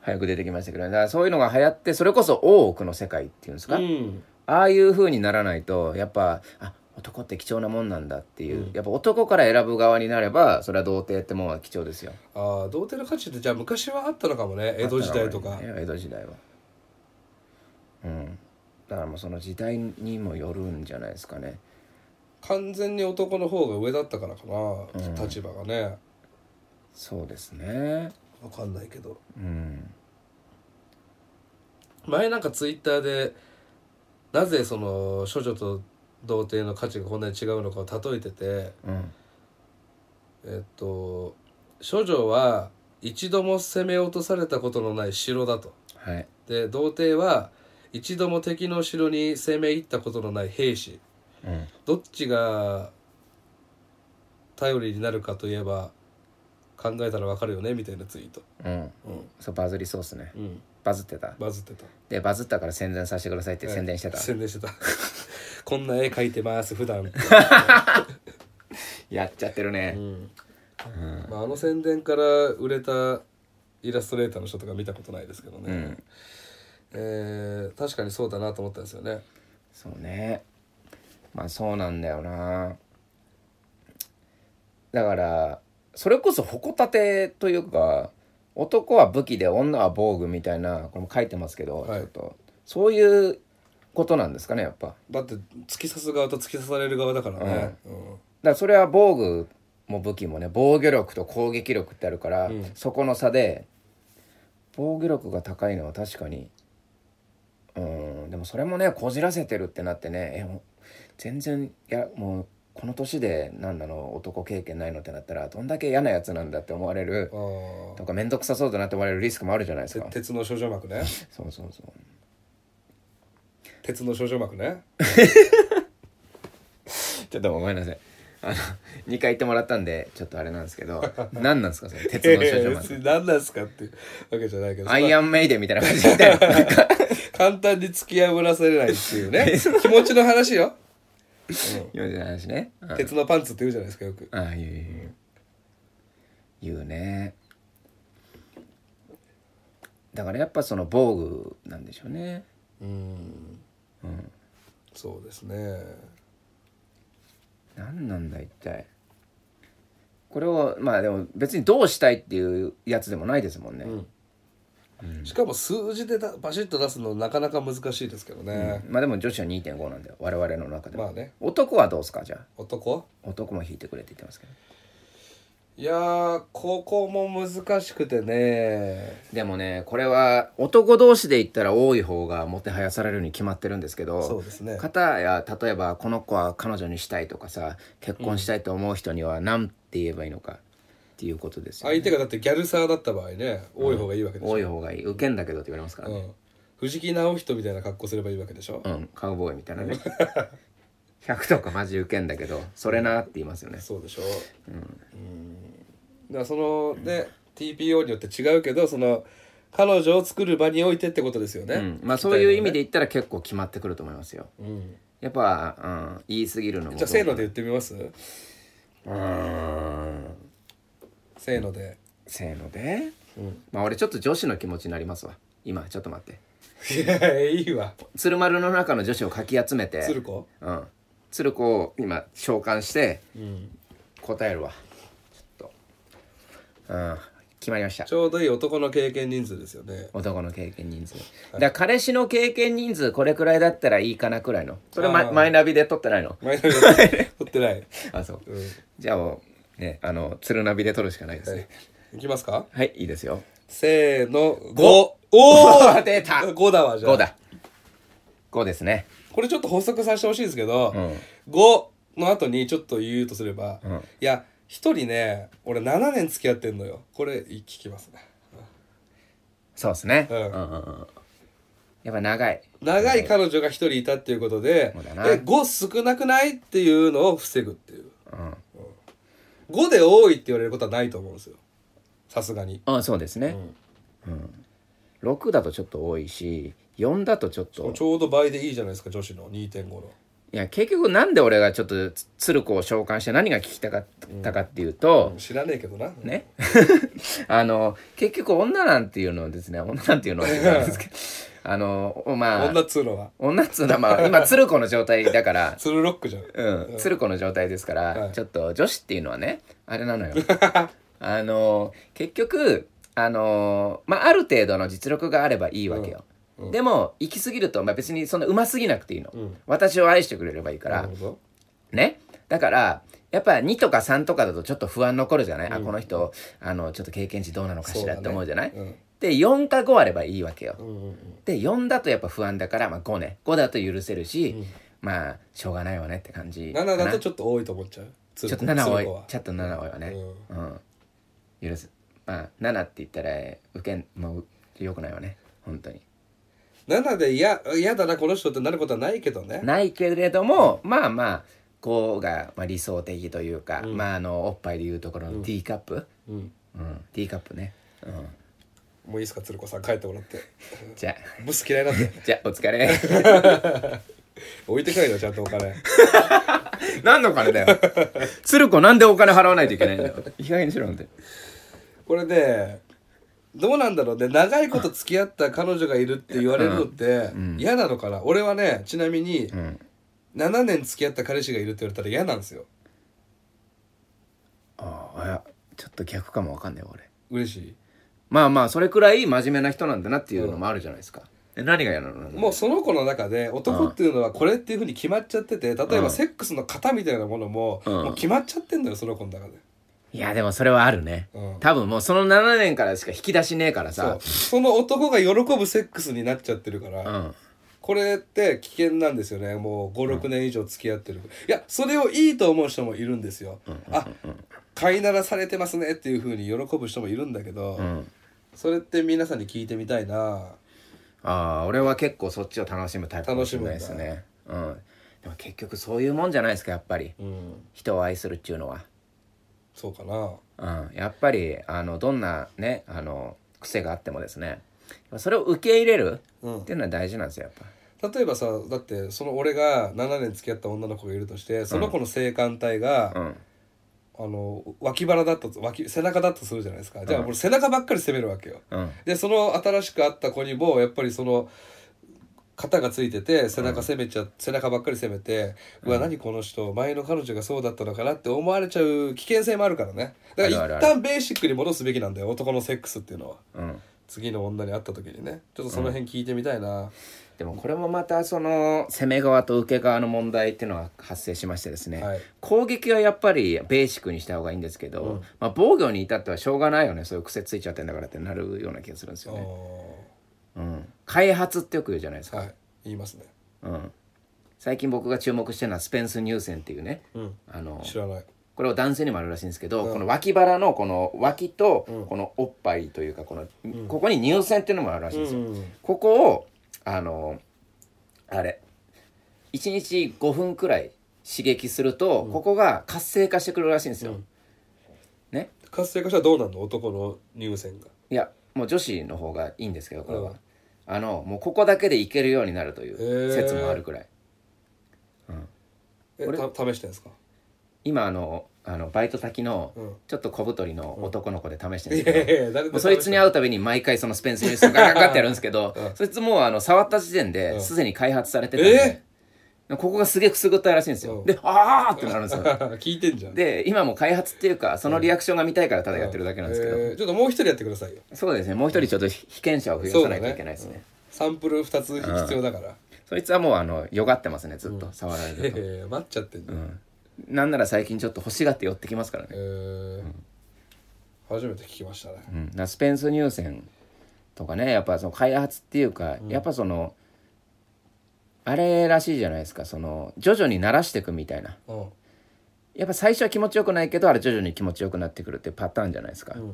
[SPEAKER 1] 早く出てきましたけど、ね、だからそういうのが流行ってそれこそ大奥の世界っていうんですか、
[SPEAKER 2] うん
[SPEAKER 1] ああいう風にならないとやっぱあ男って貴重なもんなんだっていう、やっぱ男から選ぶ側になればそれは童貞ってもんは貴重ですよ
[SPEAKER 2] ああ童貞の価値ってじゃあ昔はあったのかもね江戸時代とか
[SPEAKER 1] いや江戸時代はうんだからもうその時代にもよるんじゃないですかね
[SPEAKER 2] 完全に男の方が上だったからかな、立場がね
[SPEAKER 1] そうですね
[SPEAKER 2] 分かんないけど
[SPEAKER 1] うん
[SPEAKER 2] 前なんかツイッターでなぜその処女と童貞の価値がこんなに違うのかを例えてて
[SPEAKER 1] うん
[SPEAKER 2] えっと処女は一度も攻め落とされたことのない城だと
[SPEAKER 1] はい
[SPEAKER 2] で童貞は一度も敵の城に攻め入ったことのない兵士
[SPEAKER 1] うん
[SPEAKER 2] どっちが頼りになるかといえば考えたらわかるよねみたいなツイート、
[SPEAKER 1] うん
[SPEAKER 2] うん
[SPEAKER 1] そうバズりそうっすね
[SPEAKER 2] うん、
[SPEAKER 1] バズってた
[SPEAKER 2] バズってた
[SPEAKER 1] でバズったから宣伝させてくださいって宣伝してた、
[SPEAKER 2] 宣伝してた こんな絵描いてます普段、
[SPEAKER 1] やっちゃってるね、
[SPEAKER 2] まあ、あの宣伝から売れたイラストレーターの人とか見たことないですけどね、えー確かにそうだなと思ったんですよね
[SPEAKER 1] そうねまあそうなんだよなだからそれこそ矛立てというか男は武器で女は防具みたいなこれも書いてますけど、
[SPEAKER 2] はい
[SPEAKER 1] ちょっとそういうことなんですかねやっぱだか
[SPEAKER 2] だって突き刺す側と突き刺される側だからね、うん
[SPEAKER 1] らそれは防具も武器もね防御力と攻撃力ってあるから、そこの差で防御力が高いのは確かにうんでもそれもねこじらせてるってなってねえもう全然いやもうこの年でなんだの男経験ないのってなったらどんだけ嫌なやつなんだって思われる
[SPEAKER 2] あ
[SPEAKER 1] とか面倒くさそうだなって思われるリスクもあるじゃないですか
[SPEAKER 2] ー鉄の少女膜ね
[SPEAKER 1] そうそうそう
[SPEAKER 2] 鉄の少女膜ね
[SPEAKER 1] ちょっとごめんなさいあ の2回行ってもらったんでちょっとあれなんです けど何なんですかその鉄の少女漫
[SPEAKER 2] 別に 何なんすかってわけじゃないけど
[SPEAKER 1] 画アイアンメイデンみたいな感じで なんか
[SPEAKER 2] 簡単に突き破らせれないってい うね気持ちの話よ
[SPEAKER 1] 今じゃない話ねあ
[SPEAKER 2] 鉄のパンツって言うじゃないですかよく
[SPEAKER 1] あ言う言う言う言うねだからやっぱその防具なんでしょうね
[SPEAKER 2] うんそうですね
[SPEAKER 1] 何なんだ一体これをまあでも別にどうしたいっていうやつでもないですもんね、
[SPEAKER 2] しかも数字でだバシッと出すのなかなか難しいですけどね、
[SPEAKER 1] まあでも女子は2.5なんだよ我々の中でも、
[SPEAKER 2] まあね
[SPEAKER 1] 男はどうですかじゃあ
[SPEAKER 2] 男
[SPEAKER 1] 男も引いてくれって言ってますけど
[SPEAKER 2] いやーここも難しくてね
[SPEAKER 1] でもねこれは男同士で言ったら多い方がもてはやされるに決まってるんですけど
[SPEAKER 2] そうですね
[SPEAKER 1] 片や例えばこの子は彼女にしたいとかさ結婚したいと思う人には何て言えばいいのかっていうことですよ、ね
[SPEAKER 2] 相手がだってギャルサーだった場合ね多い方がいいわけでしょ、
[SPEAKER 1] 多い方がいい受けんだけどって言われますから
[SPEAKER 2] う
[SPEAKER 1] ね
[SPEAKER 2] ん藤木直人みたいな格好すればいいわけでしょ、
[SPEAKER 1] うん、カウボーイみたいなね100とかマジ受けんだけどそれなって言いますよね
[SPEAKER 2] そうでしょうん、だからそのね、TPO によって違うけどその彼女を作る場においてってことですよね、
[SPEAKER 1] うんまあそういう意味で言ったら結構決まってくると思いますよ
[SPEAKER 2] うん
[SPEAKER 1] やっぱ、うん、言い過ぎるのも
[SPEAKER 2] じゃあせーので言ってみます
[SPEAKER 1] うーん
[SPEAKER 2] せーので
[SPEAKER 1] せーので、
[SPEAKER 2] うん
[SPEAKER 1] まあ俺ちょっと女子の気持ちになりますわ今ちょっと待って
[SPEAKER 2] いやいいわ
[SPEAKER 1] 鶴丸の中の女子をかき集めて
[SPEAKER 2] 鶴子
[SPEAKER 1] うん鶴子を今召喚して
[SPEAKER 2] うん
[SPEAKER 1] 答えるわちょっとうん決まりました
[SPEAKER 2] ちょうどいい男の経験人数ですよ ね
[SPEAKER 1] 男の経験人数、だから彼氏の経験人数これくらいだったらいいかなくらいのそれマ
[SPEAKER 2] あー
[SPEAKER 1] イマイナビで取ってないの
[SPEAKER 2] 前のめり取ってない、
[SPEAKER 1] あそう
[SPEAKER 2] うん
[SPEAKER 1] じゃあもうねあの鶴ナビで取るしかないですね
[SPEAKER 2] いきますか
[SPEAKER 1] はい、い、いですよ
[SPEAKER 2] せーの5おお
[SPEAKER 1] 出た
[SPEAKER 2] 5だわじゃあ
[SPEAKER 1] 5だ5ですね
[SPEAKER 2] これちょっと補足させてほしいんですけど、
[SPEAKER 1] うん
[SPEAKER 2] 5の後にちょっと言うとすれば、
[SPEAKER 1] うん
[SPEAKER 2] いや一人ね俺7年付き合ってんのよこれ聞きますね
[SPEAKER 1] そうですね、
[SPEAKER 2] うん
[SPEAKER 1] うんうんうんやっぱ長い
[SPEAKER 2] 長い彼女が一人いたっていうことで
[SPEAKER 1] そうだな
[SPEAKER 2] え5少なくないっていうのを防ぐっていう
[SPEAKER 1] うん
[SPEAKER 2] 5で多いって言われることはないと思うんですよさすがに
[SPEAKER 1] あそうですね、うん6だとちょっと多いし4だとちょっと
[SPEAKER 2] ちょうど倍でいいじゃないですか女子の2.5の
[SPEAKER 1] いや結局なんで俺がちょっとつ鶴子を召喚して何が聞きたかったかっていうと、
[SPEAKER 2] 知らねえけどな、
[SPEAKER 1] ね あの結局女なんていうのはですね女なんていうのはって言うんですけどあのまあ
[SPEAKER 2] 女っつうのは
[SPEAKER 1] 女っつうのはまあ今鶴子の状態だから
[SPEAKER 2] ツルロックじゃん
[SPEAKER 1] うん、鶴子の状態ですから、
[SPEAKER 2] はい
[SPEAKER 1] ちょっと女子っていうのはねあれな のよあの結局あのまあある程度の実力があればいいわけよ、でも行き過ぎると、まあ、別にそんなうますぎなくていいの、
[SPEAKER 2] うん
[SPEAKER 1] 私を愛してくれればいいから、
[SPEAKER 2] なるほど
[SPEAKER 1] ねだからやっぱ2とか3とかだとちょっと不安残るじゃない、あこの人あのちょっと経験値どうなのかしらって思うじゃない、
[SPEAKER 2] そうだね
[SPEAKER 1] で4か5あればいいわけよ、
[SPEAKER 2] うんうんうん
[SPEAKER 1] で4だとやっぱ不安だから、まあ、5ね5だと許せるし、まあしょうがないわねって感じかな
[SPEAKER 2] 7だとちょっと多いと思っちゃうち
[SPEAKER 1] ちょっと7多い
[SPEAKER 2] は
[SPEAKER 1] ちょっと7多いわねうん、許すまあ7って言ったらえー受けんもうよくないわね本当に
[SPEAKER 2] 7で嫌嫌だなこの人ってなることはないけどね
[SPEAKER 1] ないけれどもまあまあ5がまあ理想的というか、まああのおっぱいでいうところの D カップ、
[SPEAKER 2] うん
[SPEAKER 1] うん D カップね、うん、
[SPEAKER 2] もういいですか鶴子さん帰ってもらって
[SPEAKER 1] じゃあ
[SPEAKER 2] ブス嫌いなんで
[SPEAKER 1] じゃあお疲れ
[SPEAKER 2] 置いて帰るよちゃんとお金
[SPEAKER 1] 何のお金だよ鶴子なんでお金払わないといけないんだよ 意外にしろって
[SPEAKER 2] これねどうなんだろうね長いこと付き合った彼女がいるって言われるのって嫌なのかな、俺はねちなみに
[SPEAKER 1] うん
[SPEAKER 2] 7年付き合った彼氏がいるって言われたら嫌なんですよ
[SPEAKER 1] ああいやちょっと逆かもわかんないわ俺
[SPEAKER 2] 嬉しい
[SPEAKER 1] まあまあそれくらい真面目な人なんだなっていうのもあるじゃないですか、え何が嫌なの
[SPEAKER 2] もうその子の中で男っていうのはこれっていうふうに決まっちゃってて例えばセックスの型みたいなものも
[SPEAKER 1] うん
[SPEAKER 2] もう決まっちゃってんだよその子の中で
[SPEAKER 1] いやでもそれはあるね、
[SPEAKER 2] うん
[SPEAKER 1] 多分もうその7年からしか引き出しねえから
[SPEAKER 2] そ
[SPEAKER 1] さ
[SPEAKER 2] うその男が喜ぶセックスになっちゃってるから、
[SPEAKER 1] ん
[SPEAKER 2] これって危険なんですよねもう56年以上付き合ってる、いやそれをいいと思う人もいるんですよ、あ飼いならされてますねっていうふうに喜ぶ人もいるんだけど、
[SPEAKER 1] うん
[SPEAKER 2] それって皆さんに聞いてみたいな
[SPEAKER 1] ああ俺は結構そっちを楽しむタイプかもしれないです
[SPEAKER 2] 楽し
[SPEAKER 1] ねうんでも結局そういうもんじゃないですかやっぱり
[SPEAKER 2] うん
[SPEAKER 1] 人を愛するっていうのは、
[SPEAKER 2] そうかな
[SPEAKER 1] うん、やっぱりあのどんなねあの癖があってもですねそれを受け入れるっていうのは大事なんですよやっぱ
[SPEAKER 2] 例えばさだってその俺が7年付き合った女の子がいるとしてその子の性感帯が、
[SPEAKER 1] ん
[SPEAKER 2] あの脇腹だったと脇背中だったとするじゃないですかじゃあ俺背中ばっかり攻めるわけよ、
[SPEAKER 1] うん
[SPEAKER 2] でその新しく会った子にもやっぱりその肩がついてて背中攻めちゃ、背中ばっかり攻めて、うわ何この人前の彼女がそうだったのかなって思われちゃう危険性もあるからねだか
[SPEAKER 1] ある
[SPEAKER 2] ら
[SPEAKER 1] ある
[SPEAKER 2] 一
[SPEAKER 1] あ
[SPEAKER 2] 旦ベーシックに戻すべきなんだよ男のセックスっていうのは
[SPEAKER 1] うん
[SPEAKER 2] 次の女に会った時にねちょっとその辺聞いてみたいな、
[SPEAKER 1] でもこれもまたその攻め側と受け側の問題っていうのが発生しましてですね、
[SPEAKER 2] はい
[SPEAKER 1] 攻撃はやっぱりベーシックにした方がいいんですけど、まあ、防御に至ってはしょうがないよねそういう癖ついちゃってんだからってなるような気がするんですよね、うん、開発ってよく言うじゃないですか、
[SPEAKER 2] はい言いますね
[SPEAKER 1] うん、最近僕が注目してるのはスペンス・ニューセンっていうね、あの
[SPEAKER 2] 知らない
[SPEAKER 1] これを男性にもあるらしいんですけど、この脇腹のこの脇とこのおっぱいというかこの、ここに乳腺っていうのもあるらしいんですよ、ここをあのあれ1日5分くらい刺激すると、ここが活性化してくるらしいんですよ、ね
[SPEAKER 2] 活性化したらどうなんの男の乳腺が
[SPEAKER 1] いやもう女子の方がいいんですけどこれは、あのもうここだけでいけるようになるとい
[SPEAKER 2] へ
[SPEAKER 1] う
[SPEAKER 2] ー
[SPEAKER 1] 説もあるくらい、
[SPEAKER 2] えた試してんですか
[SPEAKER 1] 今あのあのバイト先の
[SPEAKER 2] ん
[SPEAKER 1] ちょっと小太りの男の子で試してるん
[SPEAKER 2] い
[SPEAKER 1] ですけど、
[SPEAKER 2] やいや誰
[SPEAKER 1] もう
[SPEAKER 2] で
[SPEAKER 1] そいつに会うたびに毎回そのスペンスニュースをガガガってやるんですけど、そいつもうあの触った時点ですでに開発されてて、ここがすげえくすぐったいらしいんですよ、
[SPEAKER 2] うん
[SPEAKER 1] で「ああ!」ってなるんですよ
[SPEAKER 2] 聞いてんじゃん
[SPEAKER 1] で今も開発っていうかそのリアクションが見たいからただやってるだけなんですけど、
[SPEAKER 2] えーちょっともう一人やってくださいよ
[SPEAKER 1] そうですねもう一人ちょっと被験者を増やさないといけないですねそ
[SPEAKER 2] サンプル2つ必要だから
[SPEAKER 1] いつはもうあのよがってますねずっと触られ
[SPEAKER 2] へ
[SPEAKER 1] ると、
[SPEAKER 2] へ待っちゃってんじゃん
[SPEAKER 1] なんなら最近ちょっと欲しがって寄ってきますから
[SPEAKER 2] え
[SPEAKER 1] ね、
[SPEAKER 2] ー初めて聞きましたね
[SPEAKER 1] うん、なスペンス入選とかねやっぱその開発っていうか、やっぱそのあれらしいじゃないですかその徐々に慣らしていくみたいな
[SPEAKER 2] うん
[SPEAKER 1] やっぱ最初は気持ちよくないけどあれ徐々に気持ちよくなってくるっていうパターンじゃないですか、
[SPEAKER 2] ん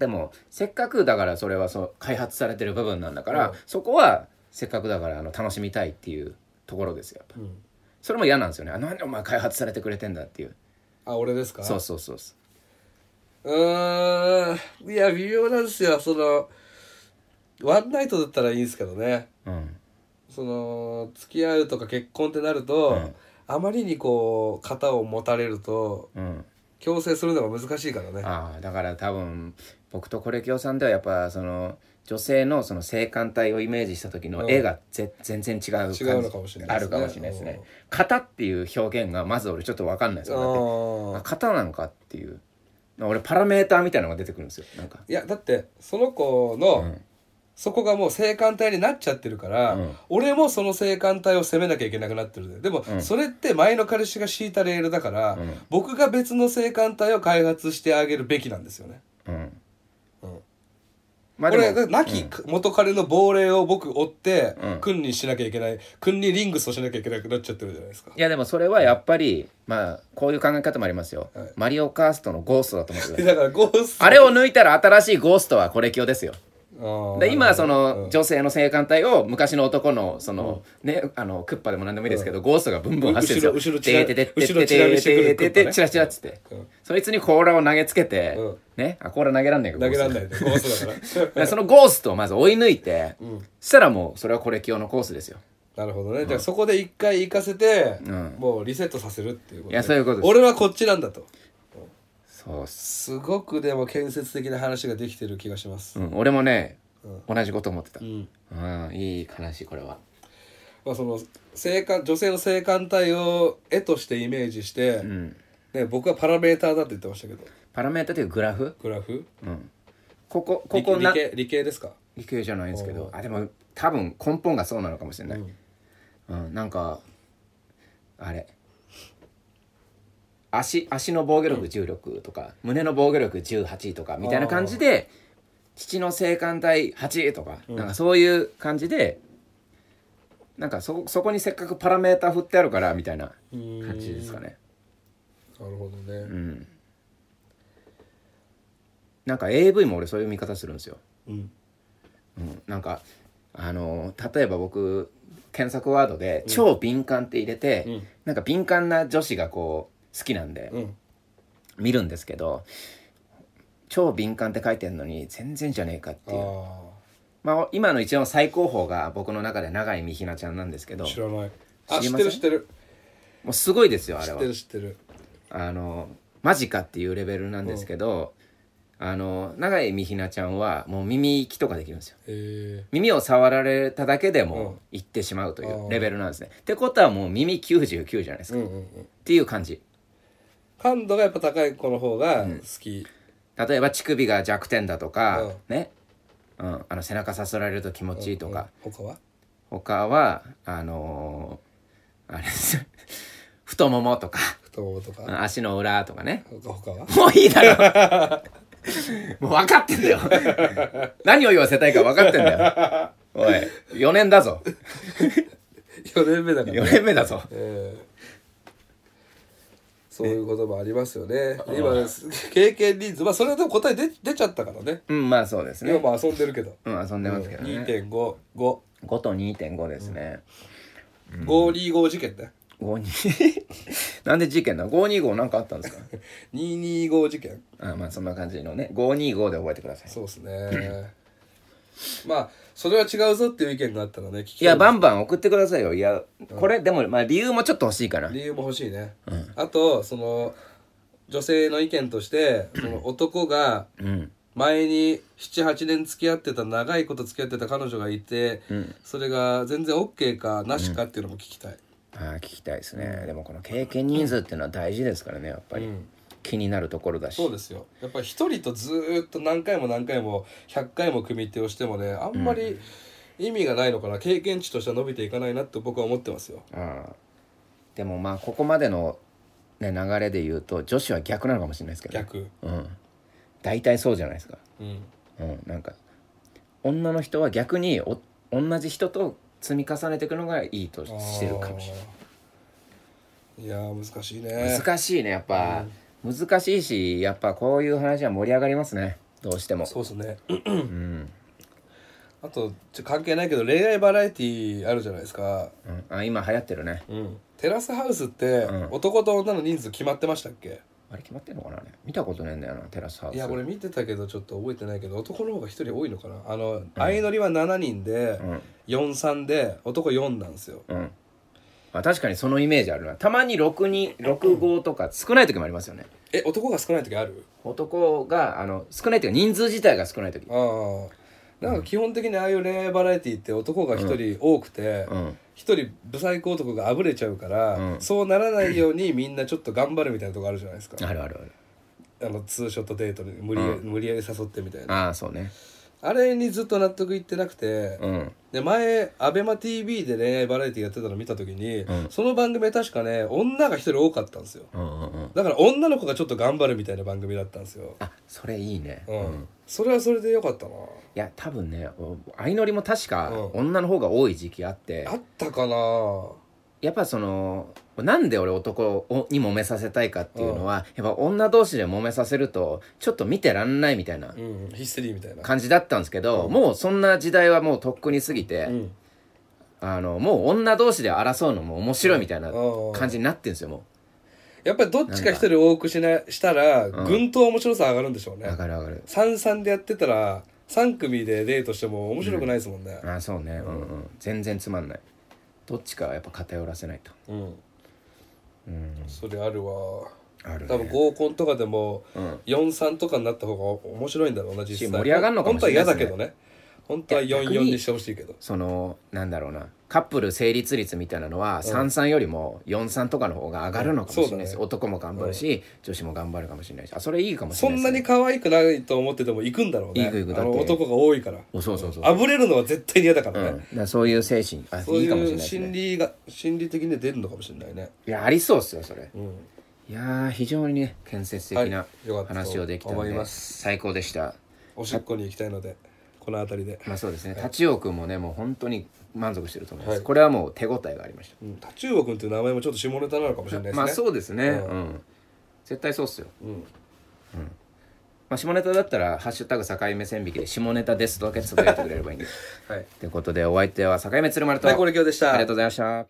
[SPEAKER 1] でもせっかくだからそれはそう開発されてる部分なんだから、そこはせっかくだからあの楽しみたいっていうところですよやっぱ、
[SPEAKER 2] ん
[SPEAKER 1] それも嫌なんですよねあなんでお前開発されてくれてんだっていう
[SPEAKER 2] あ俺ですか
[SPEAKER 1] そうそうそうそう
[SPEAKER 2] ーんいや微妙なんですよそのワンナイトだったらいいんですけどね
[SPEAKER 1] ううん
[SPEAKER 2] その付き合うとか結婚ってなると、あまりにこう肩を持たれると
[SPEAKER 1] うん
[SPEAKER 2] 強制するのが難しいからね
[SPEAKER 1] ああだから多分僕とコレキオさんではやっぱその女性のその性感帯をイメージした時の絵がぜ、全然違う感じ
[SPEAKER 2] 違うのかもしれない
[SPEAKER 1] あ
[SPEAKER 2] ですね
[SPEAKER 1] るかもしれないですね
[SPEAKER 2] うん
[SPEAKER 1] 型っていう表現がまず俺ちょっと分かんないです
[SPEAKER 2] あ
[SPEAKER 1] よだってあ
[SPEAKER 2] ー
[SPEAKER 1] 型なのかっていう俺パラメーターみたいなのが出てくるんですよなんか
[SPEAKER 2] いやだってその子の、そこがもう性感帯になっちゃってるから、俺もその性感帯を責めなきゃいけなくなってるでも、それって前の彼氏が敷いたレールだから、僕が別の性感帯を開発してあげるべきなんですよね。
[SPEAKER 1] うん、
[SPEAKER 2] うん
[SPEAKER 1] まあ
[SPEAKER 2] これ
[SPEAKER 1] でも
[SPEAKER 2] 亡き元彼の亡霊を僕追って、君にしなきゃいけない君にリングスをしなきゃいけなくなっちゃってるじゃないですか
[SPEAKER 1] い。やでもそれはやっぱりまあこういう考え方もありますよ、マリオカーストのゴーストだと思ってください
[SPEAKER 2] だからゴース
[SPEAKER 1] あれを抜いたら新しいゴーストはコレキオですよ
[SPEAKER 2] あー
[SPEAKER 1] で今その女性の性感帯を昔の男のそのねあのクッパでも何でもいいですけどゴーストがブンブン走ってるんですよ
[SPEAKER 2] 後ろ後ろチラ
[SPEAKER 1] ででで
[SPEAKER 2] 後ろチ
[SPEAKER 1] で
[SPEAKER 2] ラ見してく
[SPEAKER 1] でで
[SPEAKER 2] るクッパ
[SPEAKER 1] で
[SPEAKER 2] ね
[SPEAKER 1] チラチラっつって
[SPEAKER 2] うん
[SPEAKER 1] そいつに甲羅を投げつけて
[SPEAKER 2] うん
[SPEAKER 1] ねあ甲羅投げらんねえか
[SPEAKER 2] 投げらん
[SPEAKER 1] ゴース
[SPEAKER 2] ないでゴーストだか
[SPEAKER 1] トそのゴーストをまず追い抜いてそしたらもうそれはコレキオのコースですよ
[SPEAKER 2] らなるほどねじゃあそこで一回行かせて、
[SPEAKER 1] ん
[SPEAKER 2] もうリセットさせるっていうこと
[SPEAKER 1] いやそういうことです
[SPEAKER 2] 俺はこっちなんだと
[SPEAKER 1] そうっす
[SPEAKER 2] すごくでも建設的な話ができてる気がします、
[SPEAKER 1] うん俺もね同じこと思ってた
[SPEAKER 2] ん
[SPEAKER 1] うんいい話これは
[SPEAKER 2] まあ、その性感女性の性感帯を絵としてイメージして、ね、僕はパラメーターだって言ってましたけど
[SPEAKER 1] パラメータというグラフ
[SPEAKER 2] グラフ
[SPEAKER 1] こここ
[SPEAKER 2] 理
[SPEAKER 1] こ
[SPEAKER 2] 理
[SPEAKER 1] な
[SPEAKER 2] 系理系ですか
[SPEAKER 1] 理系じゃないんですけどあでも多分根本がそうなのかもしれない、うんなんかあれ足足の防御力16とか、胸の防御力18とかみたいな感じで父の性感帯8とか、なんかそういう感じでなんかそそこにせっかくパラメータ振ってあるからみたいな感じですかね
[SPEAKER 2] なるほどね、
[SPEAKER 1] なんか AV も俺そういう見方するんですよ、
[SPEAKER 2] うん
[SPEAKER 1] うんなんかあの例えば僕検索ワードで「超敏感」って入れて、
[SPEAKER 2] うん
[SPEAKER 1] なんか敏感な女子がこう好きなんで
[SPEAKER 2] うん
[SPEAKER 1] 見るんですけど「超敏感」って書いてるのに全然じゃねえかって
[SPEAKER 2] あ
[SPEAKER 1] いうまあ今の一番最高峰が僕の中で永井美ひなちゃんなんですけど
[SPEAKER 2] あ知らないあ
[SPEAKER 1] 知り
[SPEAKER 2] 知っ
[SPEAKER 1] ま
[SPEAKER 2] て
[SPEAKER 1] せん
[SPEAKER 2] る知ってる
[SPEAKER 1] もうすごいですよあれ
[SPEAKER 2] 知っ
[SPEAKER 1] は
[SPEAKER 2] てる知ってる
[SPEAKER 1] あのマジかっていうレベルなんですけど、あの永井美ひなちゃんはもう耳息とかできるんですよ
[SPEAKER 2] え
[SPEAKER 1] 耳を触られただけで
[SPEAKER 2] うん
[SPEAKER 1] も行ってしまうとい
[SPEAKER 2] あー
[SPEAKER 1] うレベルなんですね、ってことはもう耳99じゃないです
[SPEAKER 2] ー
[SPEAKER 1] か、っ
[SPEAKER 2] うんうんうん
[SPEAKER 1] ていう感じ
[SPEAKER 2] 感度がやっぱ高い子の方が好き、
[SPEAKER 1] 例えば乳首が弱点だとか、
[SPEAKER 2] うん
[SPEAKER 1] ね、うん、あの背中さすられると気持ちいいとか、
[SPEAKER 2] 他は
[SPEAKER 1] 他はあのーあれです 太ももとか
[SPEAKER 2] 太ももとか、
[SPEAKER 1] うん足の裏とかね
[SPEAKER 2] 他他は
[SPEAKER 1] もういいだろもう分かってんだよ何を言わせたいか分かってんだよおい4年だぞ
[SPEAKER 2] 4年目だから、
[SPEAKER 1] 4年目だぞ
[SPEAKER 2] ええそういうこともありますよね今ね経験人数まあそれはでも答え出出ちゃったからね
[SPEAKER 1] うんまあそうですね
[SPEAKER 2] 今も遊んでるけど、
[SPEAKER 1] うん、遊んでますけどね。
[SPEAKER 2] 2.55
[SPEAKER 1] 5と2.5ですね。
[SPEAKER 2] 525事件ね
[SPEAKER 1] 五二 なんで事件なの ?525 なんかあったんです か
[SPEAKER 2] 225事件
[SPEAKER 1] あまあそんな感じのね。525で覚えてください。
[SPEAKER 2] そうです ねまあそれは違うぞっていう意見があったらね聞き
[SPEAKER 1] い
[SPEAKER 2] た
[SPEAKER 1] や、バンバン送ってくださいよ。いや、これ、でも、まあ理由もちょっと欲しいから。
[SPEAKER 2] 理由も欲しいね、あとその女性の意見としてその男が
[SPEAKER 1] うん。
[SPEAKER 2] 前に78年付き合ってた長いこと付き合ってた彼女がいて、それが全然 OK かなしかっていうのも聞きたい、
[SPEAKER 1] あー聞きたいですね。でもこの経験人数っていうのは大事ですからね、やっぱり。気になるところだし
[SPEAKER 2] そう。ですよやっぱり一人とずーっと何回も何回も100回も組み手をしてもねあんまり意味がないのかな、経験値としては伸びていかないなって僕は思ってますよ
[SPEAKER 1] うん。でもまあ、ここまでの、ね、流れで言うと、女子は逆なのかもしれないですけど、ね。
[SPEAKER 2] 逆
[SPEAKER 1] うん。大体そうじゃないですか。
[SPEAKER 2] うん
[SPEAKER 1] うん、なんか女の人は逆にお同じ人と積み重ねていくのがいいとしてるかもしれ
[SPEAKER 2] いやー難しいね
[SPEAKER 1] ない難しいねやっぱ、難しいしやっぱこういう話は盛り上がりますねどうしても
[SPEAKER 2] そうですね
[SPEAKER 1] うん、
[SPEAKER 2] あとちょ関係ないけど恋愛バラエティーあるじゃないですか、
[SPEAKER 1] うん、あ今流行ってるね
[SPEAKER 2] うん、テラスハウスって
[SPEAKER 1] うん
[SPEAKER 2] 男と女の人数決まってましたっけ、
[SPEAKER 1] あれ決まってんのかなあれ見たことないんだよなテラスハウス
[SPEAKER 2] いや俺見てたけどちょっと覚えてないけど男の方が一人多いのかなあの相乗りは7人で
[SPEAKER 1] うん
[SPEAKER 2] 43で男4なんですよ
[SPEAKER 1] うんまあ、確かにそのイメージあるなたまに6に65とか少ない時もありますよね
[SPEAKER 2] え男が少ない時ある
[SPEAKER 1] 男があの少ないというか人数自体が少ない時
[SPEAKER 2] ああなんか基本的にああいう恋愛バラエティって男が一人多くて
[SPEAKER 1] うん
[SPEAKER 2] 一人不細工男があぶれちゃうから、
[SPEAKER 1] うん
[SPEAKER 2] そうならないようにみんなちょっと頑張るみたいなとこあるじゃないですか
[SPEAKER 1] あるあるある
[SPEAKER 2] あのツーショットデートに無理やり、無理やり誘ってみたいな
[SPEAKER 1] ああそうね
[SPEAKER 2] あれにずっと納得いってなくて、
[SPEAKER 1] うん
[SPEAKER 2] で前アベマ t v で恋愛バラエティやってたの見た時に、
[SPEAKER 1] うん
[SPEAKER 2] その番組は確かね女が一人多かったんですよ
[SPEAKER 1] うんうんうん
[SPEAKER 2] だから女の子がちょっと頑張るみたいな番組だったんですよ、
[SPEAKER 1] あそれいいね、
[SPEAKER 2] うん
[SPEAKER 1] い
[SPEAKER 2] それはそれでよかったな
[SPEAKER 1] や多分ねお相乗りも確か
[SPEAKER 2] うん
[SPEAKER 1] 女の方が多い時期あって、
[SPEAKER 2] あったかな
[SPEAKER 1] やっぱそのなんで俺男をに揉めさせたいかっていうのは、やっぱ女同士で揉めさせるとちょっと見てらんないみたいな
[SPEAKER 2] うんヒステリーみたいな
[SPEAKER 1] 感じだったんですけど、もうそんな時代はもうとっくに過ぎて、
[SPEAKER 2] うん
[SPEAKER 1] あのもう女同士で争うのも面白いみたいな
[SPEAKER 2] うん
[SPEAKER 1] 感じになってんですよも
[SPEAKER 2] やっぱりどっちか一人多くしなしたら、ぐんと面白さ上がるんでしょう
[SPEAKER 1] うわ
[SPEAKER 2] ね
[SPEAKER 1] かるわかる
[SPEAKER 2] 三三でやってたら三組でデートしても面白くないですもんね、
[SPEAKER 1] あそうねうんうん全然つまんないどっちかはやっぱ偏らせないと
[SPEAKER 2] うん
[SPEAKER 1] うん
[SPEAKER 2] それあるわ
[SPEAKER 1] あるね
[SPEAKER 2] 多分合コンとかでも
[SPEAKER 1] うん
[SPEAKER 2] 43とかになった方が面白いんだろうな実際
[SPEAKER 1] 盛り上がるのかもしれないです
[SPEAKER 2] 本当は嫌だけ
[SPEAKER 1] ね
[SPEAKER 2] どね本当はい
[SPEAKER 1] や逆
[SPEAKER 2] 44
[SPEAKER 1] に
[SPEAKER 2] にしてほしいけど
[SPEAKER 1] そのなんだろうなカップル成立率みたいなのは33よりも43とかの方が上がるのかもしれないです、
[SPEAKER 2] そうだね
[SPEAKER 1] 男も頑張るし、女子も頑張るかもしれないしあそれいいかもし
[SPEAKER 2] そ
[SPEAKER 1] れない
[SPEAKER 2] ん
[SPEAKER 1] で
[SPEAKER 2] な
[SPEAKER 1] す、
[SPEAKER 2] に
[SPEAKER 1] ね、
[SPEAKER 2] 可愛くないと思ってても行くんだろうね
[SPEAKER 1] 行く行く
[SPEAKER 2] あ
[SPEAKER 1] だ
[SPEAKER 2] の
[SPEAKER 1] って
[SPEAKER 2] 男が多いから
[SPEAKER 1] おそうそうそう、
[SPEAKER 2] あぶれるのは絶対に嫌だか
[SPEAKER 1] うん
[SPEAKER 2] ら
[SPEAKER 1] だ
[SPEAKER 2] ね、
[SPEAKER 1] からそういう精神あ
[SPEAKER 2] そう
[SPEAKER 1] いいかもしれな
[SPEAKER 2] い
[SPEAKER 1] いうです
[SPEAKER 2] 心
[SPEAKER 1] ね
[SPEAKER 2] 理が心理的に出るのかもしれないね
[SPEAKER 1] いやありそうっすよそれ
[SPEAKER 2] うん
[SPEAKER 1] いやー非常にね建設的な
[SPEAKER 2] はいよかったと
[SPEAKER 1] 話をできたので、
[SPEAKER 2] 思います
[SPEAKER 1] 最高でした
[SPEAKER 2] おしっこに行きたいのでこの辺りで、
[SPEAKER 1] まあそうですね立尾君もねもう本当に満足してると思います、
[SPEAKER 2] はい
[SPEAKER 1] これはもう手応えがありまし
[SPEAKER 2] うん、タチウオ君っていう名前もちょっと下ネタなのかもし
[SPEAKER 1] た
[SPEAKER 2] れないですね
[SPEAKER 1] まあそうですね
[SPEAKER 2] うん
[SPEAKER 1] うん、絶対そうっすよ
[SPEAKER 2] うん
[SPEAKER 1] まあ、下ネタだったら、ハッシュタグ境目線引きで、下ネタ ですとだけつぶやいてくれればいいんです。
[SPEAKER 2] はい
[SPEAKER 1] ということで、お相手は境目鶴丸と、
[SPEAKER 2] はい、これ今日でした。
[SPEAKER 1] ありがとうございました。